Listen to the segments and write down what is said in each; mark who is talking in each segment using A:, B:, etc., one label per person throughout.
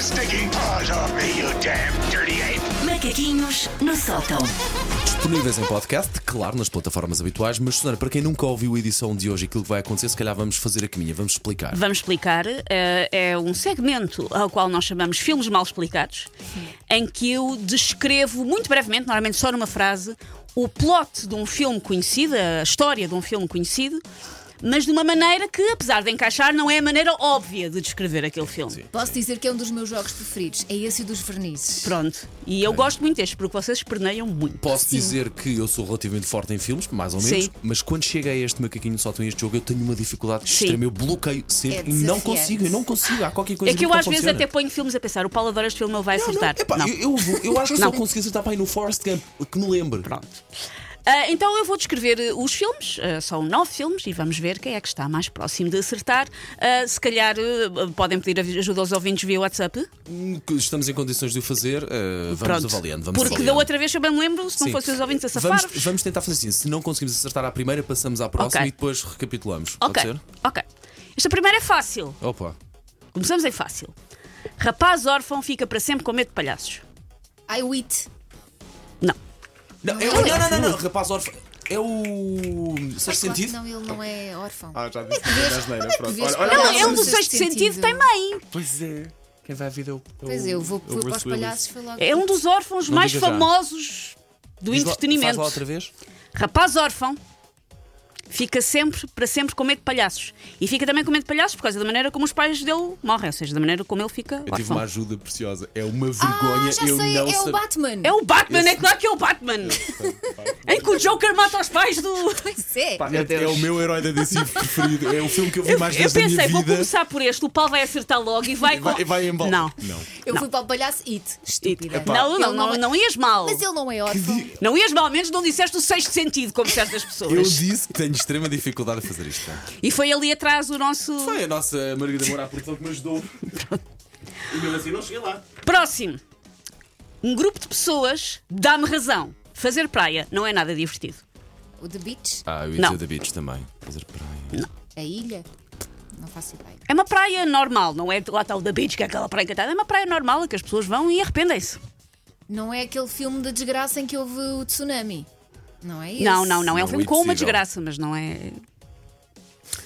A: stinking paws off me, you damn dirty ape!
B: Macaquinhos no sótão.
C: Disponíveis em podcast, claro, nas plataformas habituais, mas Susana, para quem nunca ouviu a edição de hoje, aquilo que vai acontecer, se calhar vamos fazer a caminha, vamos explicar.
D: Vamos explicar. eh, é um segmento ao qual nós chamamos Filmes Mal Explicados, em que eu descrevo muito brevemente, normalmente só numa frase, o plot de um filme conhecido, a história de um filme conhecido, mas de uma maneira que, apesar de encaixar, não é a maneira óbvia de descrever aquele filme.
E: Posso dizer que é um dos meus jogos preferidos. É esse dos vernizes.
D: Pronto. E eu gosto muito deste, porque vocês perneiam muito.
C: Posso dizer que eu sou relativamente forte em filmes, mais ou menos,
D: Sim.
C: mas quando chega a este macaquinho só tem este jogo, eu tenho uma dificuldade
D: Sim.
C: extrema. Eu bloqueio sempre
E: É
C: e não
E: desafiante.
C: consigo, eu não consigo. Há qualquer coisa
D: É que eu
C: não
D: às vezes
C: funciona.
D: até ponho filmes a pensar, o Paulo adora este filme, ele vai
C: Não, não,
D: acertar.
C: epá,
D: Não.
C: Eu, eu- eu acho que só
D: Não.
C: consegui acertar para aí no Forrest Gump, que me lembro.
D: Pronto. Ah, então eu vou descrever eh, os filmes, ah, são nove filmes, e vamos ver quem é que está mais próximo de acertar. Ah, se calhar eh, podem pedir av- ajuda aos ouvintes via WhatsApp.
C: Hum, que Estamos em condições de o fazer, eh, vamos
D: Pronto.
C: avaliando. Vamos
D: Porque da
C: avaliando.
D: outra vez eu bem me lembro, se não
C: Sim.
D: fossem os ouvintes a safar.
C: vamos, vamos tentar fazer assim. Se não conseguimos acertar à primeira, passamos à próxima
D: Ok.
C: e depois recapitulamos.
D: Ok,
C: Pode ser?
D: ok. Esta primeira é fácil.
C: Opa.
D: Começamos em fácil. Rapaz órfão fica para sempre com medo de palhaços.
E: I Wit.
D: Não.
C: Não, é-
E: Não,
C: não, não, não, não, rapaz órfão. É o. Sexto sentido?
E: Não, ele não é órfão.
F: Ah, já disse
E: vês?
F: da asneira,
E: Como é que
F: pronto.
E: vês?
F: Olha, olha,
E: Não,
D: Não,
E: Palhaços
D: é um
E: no
D: do
E: sexto
D: sexto sentido,
E: sentido.
D: tem mãe.
F: Pois é. Quem vai à vida é o.
E: Pois é, eu vou,
F: o
E: fui para os
F: Bruce Willis.
E: palhaços foi logo.
D: É um dos órfãos
C: Não
D: mais
C: diga já.
D: famosos do
C: Diz lá- Faz
D: entretenimento.
C: lá outra vez?
D: Rapaz órfão fica sempre, para sempre, com medo de palhaços. E fica também com medo de palhaços por causa da maneira como os pais dele morrem, ou seja, da maneira como ele fica
F: Eu tive uma
D: órfão.
F: ajuda preciosa. É uma
E: Ah,
F: vergonha.
E: já
F: eu
E: sei,
F: não
E: é o
F: sabia.
E: Batman.
D: É o Batman, é claro que é o Batman! em que o Joker mata os pais do.
E: Pois é.
F: Pá, É, é o meu herói da DC preferido. É o filme que eu vi
D: Eu,
F: mais
D: eu
F: vezes na minha
D: pensei, vou
F: vida.
D: começar por este, o Paulo vai acertar logo e vai.
F: E vai,
D: com-
F: e vai embora.
D: Não.
F: Não.
E: Eu fui para o palhaço It. Estúpida.
D: Não, não,
E: Ele
D: não,
E: é-
D: não ias mal.
E: Mas ele não é órfão.
D: Não ias mal, ao menos não disseste o sexto sentido, como certas
C: Eu
D: pessoas.
C: disse que tenho extrema dificuldade a fazer isto.
D: E foi ali atrás o nosso.
C: Foi a nossa Margarida Moura a produção que me ajudou. E mesmo assim não cheguei lá.
D: Próximo. Um grupo de pessoas dá-me razão. Fazer praia não é nada divertido.
E: O The Beach,
C: Ah, eu ia
D: Não.
C: dizer da Beach também. Fazer praia.
E: a ilha. Não faço ideia.
D: É uma praia normal, não é lá tal da beach, que é aquela praia encantada. É uma praia normal em que as pessoas vão e arrependem-se.
E: Não é aquele filme da desgraça em que houve o tsunami. Não é esse?
D: Não, não, não. É um
C: Não,
D: filme com uma
C: impossível.
D: desgraça, mas não é.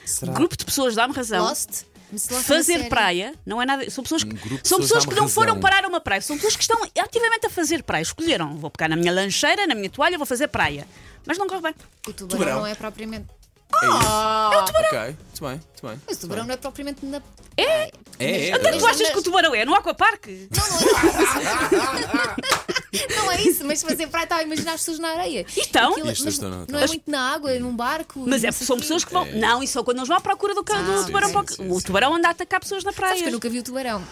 C: Será?
D: Grupo de pessoas dá-me razão.
E: Lost. Mas Lost é uma
D: Fazer
E: série.
D: praia não é nada. São pessoas que,
C: Um grupo de
D: são
C: pessoas
D: pessoas que
C: dá-me
D: não foram
C: razão.
D: parar a uma praia. São pessoas que estão ativamente a fazer praia. Escolheram, vou pegar na minha lancheira, na minha toalha, vou fazer praia. Mas não corre bem.
E: O tubarão,
C: Tubarão.
E: não é propriamente.
C: É Ok, muito bem, muito bem.
E: É Mas o tubarão não é propriamente na.
C: É, é.
D: Então tu achas que o tubarão é? No aquaparque?
E: Não é isso, mas fazer praia, estava a imaginar as pessoas na areia.
D: Então?
E: Aquilo-
C: E as pessoas
E: mas
C: estão na-
E: não é muito na água, é num barco.
D: Mas
E: não
D: é,
E: sei
D: são
E: quê.
D: pessoas que vão. Não, isso só quando eles vão à procura do, ca- do
E: Ah,
D: tubarão.
E: sim,
D: para o ca-
C: sim,
D: o
C: sim.
D: tubarão anda a atacar pessoas na praia.
E: Acho que eu nunca vi o tubarão.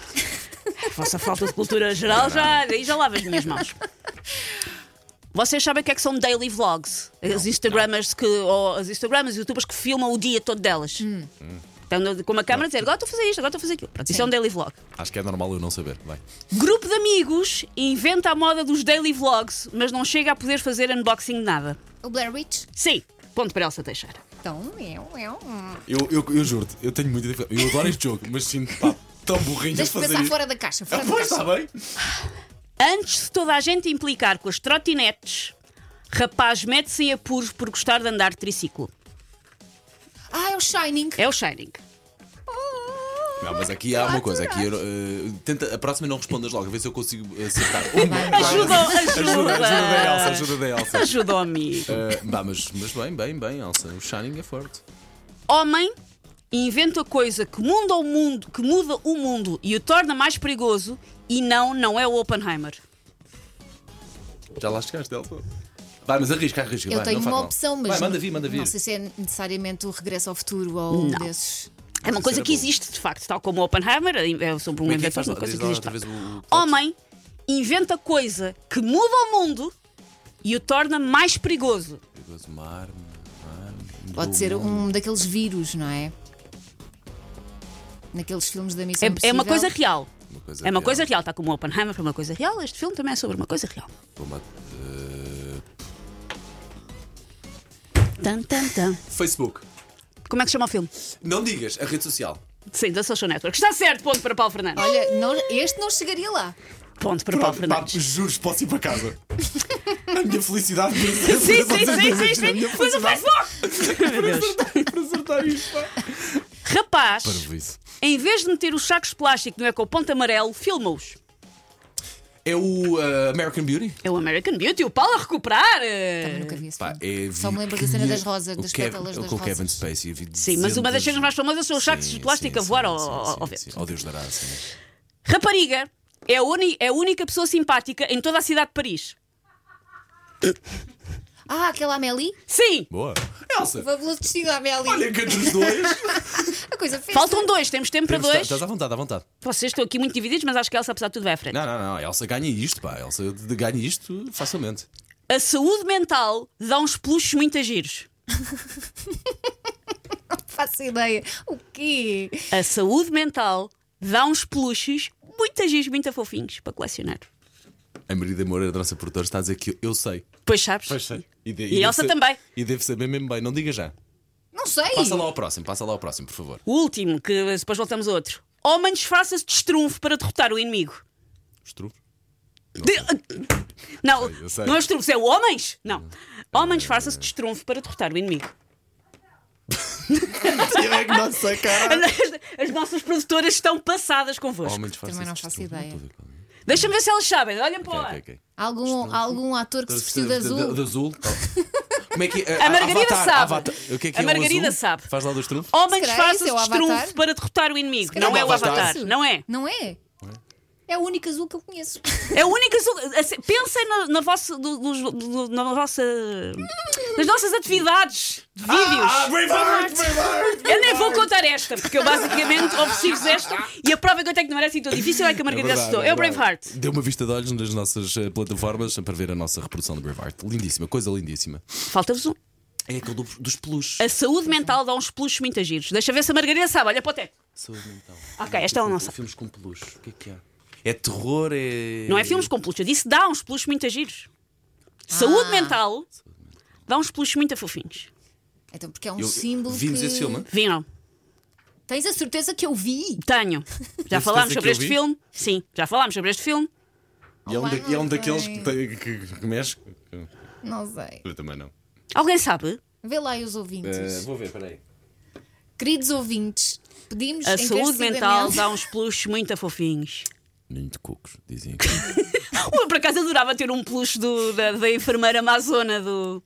D: Vossa falta de cultura geral já, daí já lava as minhas mãos. Vocês sabem o que é que são daily vlogs? As Instagrammers que, ou as Instagrammers e youtubers que filmam o dia todo delas. Então, no- com uma câmera a dizer agora estou a fazer isto, agora estou a fazer aquilo. Pronto, isso é um daily vlog.
C: Acho que é normal eu não saber. Vai.
D: Grupo de amigos inventa a moda dos daily vlogs, mas não chega a poder fazer unboxing de nada.
E: O Blair Witch?
D: Sim, ponto para Elsa Teixeira.
E: Então, é, é um.
F: Eu, eu, eu juro-te, eu tenho muita dificuldade. Eu adoro este jogo, mas sinto pá, tão burrinho a
E: Deixa-me
F: fazer
E: pensar
F: isto.
E: fora da caixa. Fora
F: Ah,
E: da
F: Pois
E: caixa.
C: tá
F: está bem.
D: Antes de toda a gente implicar com as trotinetes, rapaz mete-se em apuros por gostar de andar de triciclo.
E: Ah, é o Shining.
D: É o Shining.
C: Não, mas aqui há uma coisa. Aqui eu, eh, tenta, a próxima não respondas logo, a ver se eu consigo acertar.
D: Ajuda,
F: Ajuda, ajuda da
D: ajuda.
F: Elsa, ajuda da Elsa.
D: Ajuda o amigo.
C: Eh, bah, mas, mas bem, bem, bem, Elsa. O Shining é forte.
D: Homem inventa coisa que muda o mundo, que muda o mundo e o torna mais perigoso e não, não é o Oppenheimer.
C: Já lá chegaste, Elsa. Vai, mas arrisca, arrisca.
E: Eu
C: vai,
E: tenho
C: não faz
E: uma
C: mal.
E: opção, mas.
C: Vai, manda vir, manda vir.
E: Não sei se é necessariamente o regresso ao futuro ou um desses.
D: É uma coisa que existe, de facto, tal como o Oppenheimer, é sobre um
C: Como é que é?
D: inventor,
C: Faz lá-
D: uma coisa
C: diz
D: que
C: lá
D: existe.
C: outra
D: de
C: vez
D: facto.
C: o- o-
D: Homem inventa coisa que muda o mundo e o torna mais perigoso.
C: Perigoso, uma arma, uma arma,
E: Pode
C: do
E: ser
C: mundo.
E: um daqueles vírus, não é? Naqueles filmes da
D: É,
E: missão.
D: é uma
E: Impossível.
D: coisa real.
C: Uma coisa
D: É uma
C: real.
D: coisa real, está como o Oppenheimer foi uma coisa real, este filme também é sobre uma coisa real.
C: Uma- eh,
D: Tan, tan, tan.
C: Facebook.
D: Como é que se chama o filme?
C: Não digas, a rede social.
D: Sim, da Social Network. Está certo, ponto para Paulo Fernandes.
E: Olha, não- este não chegaria lá.
D: Ponto para Paulo Fernandes.
F: juros, posso ir para casa. A minha felicidade.
C: é
D: Sim, sim, sim, sim, sim. Mas o Facebook! Meu Deus.
F: Para acertar isto, pá.
D: Rapaz,
F: isso.
D: em vez de meter os sacos de plástico é, no ecoponto amarelo, filma-os.
F: É o
C: eh,
F: ah, American Beauty?
D: É o American Beauty, o Paulo a recuperar. eh.
E: Também nunca vi esse
C: Pá,
E: filme.
C: é
E: Só me lembro da cena das rosas, das pétalas das
C: Com o Kevin
E: rosas.
C: Spacey. vi
D: Sim, mas uma das
C: dezenas-
D: cenas mais famosas são os sacos de plástico a voar ao- ao- ao
C: sim,
D: vento.
C: sim. Oh, Deus dará, sim.
D: Rapariga é a, uni- é a única pessoa simpática em toda a cidade de Paris.
E: Ah, aquela Amélie?
D: Sim!
C: Boa.
F: Elsa!
E: Fabuloso destino da Amélie.
F: Olha que entre os dois.
E: a coisa fez.
C: um
D: Faltam dois, temos tempo para
C: Temos-
D: dois.
C: Estás à vontade, à vontade.
D: Vocês estão aqui muito divididos, mas acho que a Elsa, apesar de tudo, vai à frente.
C: Não, não, não. A Elsa ganha isto, pá. A Elsa de- ganha isto facilmente.
D: A saúde mental dá uns peluches muito giros.
E: Faço ideia. O quê?
D: A saúde mental dá uns peluches muito giros, muito fofinhos para colecionar.
C: A Marida Moura, a nossa produtora, está a dizer que eu, eu sei.
D: Pois sabes?
F: sei. E, de-
D: E
F: deve
D: Elsa
F: ser-
D: também.
C: E deve saber mesmo bem. Não diga já.
E: Não sei.
C: Passa lá ao próximo, passa lá ao próximo, por favor.
D: O último, que depois voltamos a outro. Homem disfarça-se de estrunfo para derrotar o inimigo.
C: Os trufos.
D: De- Não,
C: Eu sei.
D: não é estrunfo, é o homens? Não. Homem disfarça-se de estrunfo para derrotar o inimigo.
F: É que não sei,
C: Ah.
F: cara.
D: As nossas produtoras estão passadas convosco.
C: Homem disfarça
E: Também não faço ideia.
C: é.
D: Deixa-me ver se elas sabem. Olhem para o ar.
E: Algum, algum ator que se vestiu de azul?
C: assim. De azul. Como é que é?
D: A Margarida
C: Avatar,
D: sabe.
C: Avatar. O que é que
D: A
C: é o
D: Margarida
C: azul?
D: sabe. Oh,
C: Faz lá dos trufos.
D: Homem
E: Se calhar
D: disfarça-se
E: esse é o
D: de
E: Avatar.
D: estrunfo para derrotar o inimigo. Não é o
E: Avatar.
D: avatar, não é?
E: Não é? É o único azul que eu conheço.
D: É a única. su- a se- Pensem na, na vossa. do- dos- do- na vossa. nas nossas atividades de vídeos.
F: Braveheart, Braveheart!
D: eu nem vou contar esta, porque eu basicamente ofereci-vos esta e a prova que eu tenho que não era assim tão difícil é que a Margarida assustou. É o Braveheart.
C: Deu uma vista de olhos nas nossas eh, plataformas para ver a nossa reprodução do Braveheart. Lindíssima, coisa lindíssima.
D: Falta-vos um.
C: É aquele do- dos peluches.
D: A saúde mental dá uns peluches muito giros. Deixa ver se a Margarida sabe. Olha para o teto.
C: Saúde mental.
D: Ok, esta ela não sabe.
C: então. Filmes com peluches. O que é que há? É terror, é.
D: Não é filmes com peluche. Eu disse dá uns peluches muito giros. Saúde mental dá uns peluches muito fofinhos.
E: Então, porque é um
C: Eu-
E: símbolo.
C: Vimos
E: que...
C: esse filme?
D: Viram?
E: Tens a certeza que eu vi?
D: Tenho. Já
C: Esse
D: falámos
C: tens aqui,
D: sobre
C: eu
D: este
C: vi.
D: filme? Sim, já falámos sobre este filme.
F: E é um, da- e é um daqueles que, tem- que, que mexe.
E: Não sei.
F: Eu também não.
D: Alguém sabe?
E: Vê lá aí os ouvintes.
C: É, vou ver, peraí.
E: Queridos ouvintes, pedimos
D: A saúde mental
E: encarecidamente-
D: dá uns peluches muito fofinhos.
C: Ninho de cocos, dizem aqui.
D: Eu, por acaso, adorava ter um peluche do- da, da enfermeira amazona do.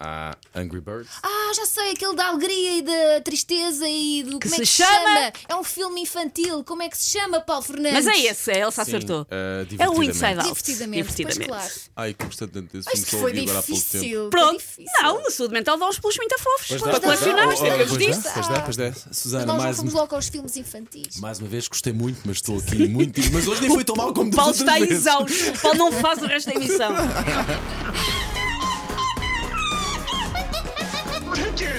C: ah, Angry Birds.
E: Ah, já sei, aquele da alegria e da tristeza e do.
D: Que
E: como é
D: se
E: que
D: chama?
E: se chama? É um filme infantil. Como é que se chama, Paulo Fernandes?
D: Mas é esse, a Elsa acertou.
F: eh,
D: é o
F: divertidamente.
D: Inside Out.
E: Divertidamente,
D: Divertidamente.
E: pois claro.
F: Ai, que gostei tanto desse filme
E: Mas que
F: só
E: foi
F: ouvi agora há pouco tempo.
E: difícil. foi
D: Pronto,
E: difícil.
D: não, a saúde mental dá uns peluches muito fofos.
F: dá,
D: Para
F: pois dá.
D: colecionar,
F: Oh,
D: isto é o que eu
F: oh,
D: vos
F: pois
D: disse.
F: dá.
C: Pois dá, pois dá. Susana,
E: Nós
C: mais,
E: já
F: um
E: fomos logo aos filmes infantis.
C: mais uma vez gostei muito, mas estou aqui muito. Mas hoje nem foi tão mal como
D: O Paulo
C: todas as
D: está
C: vezes.
D: exausto. O Paulo não faz o resto da emissão.
A: Take your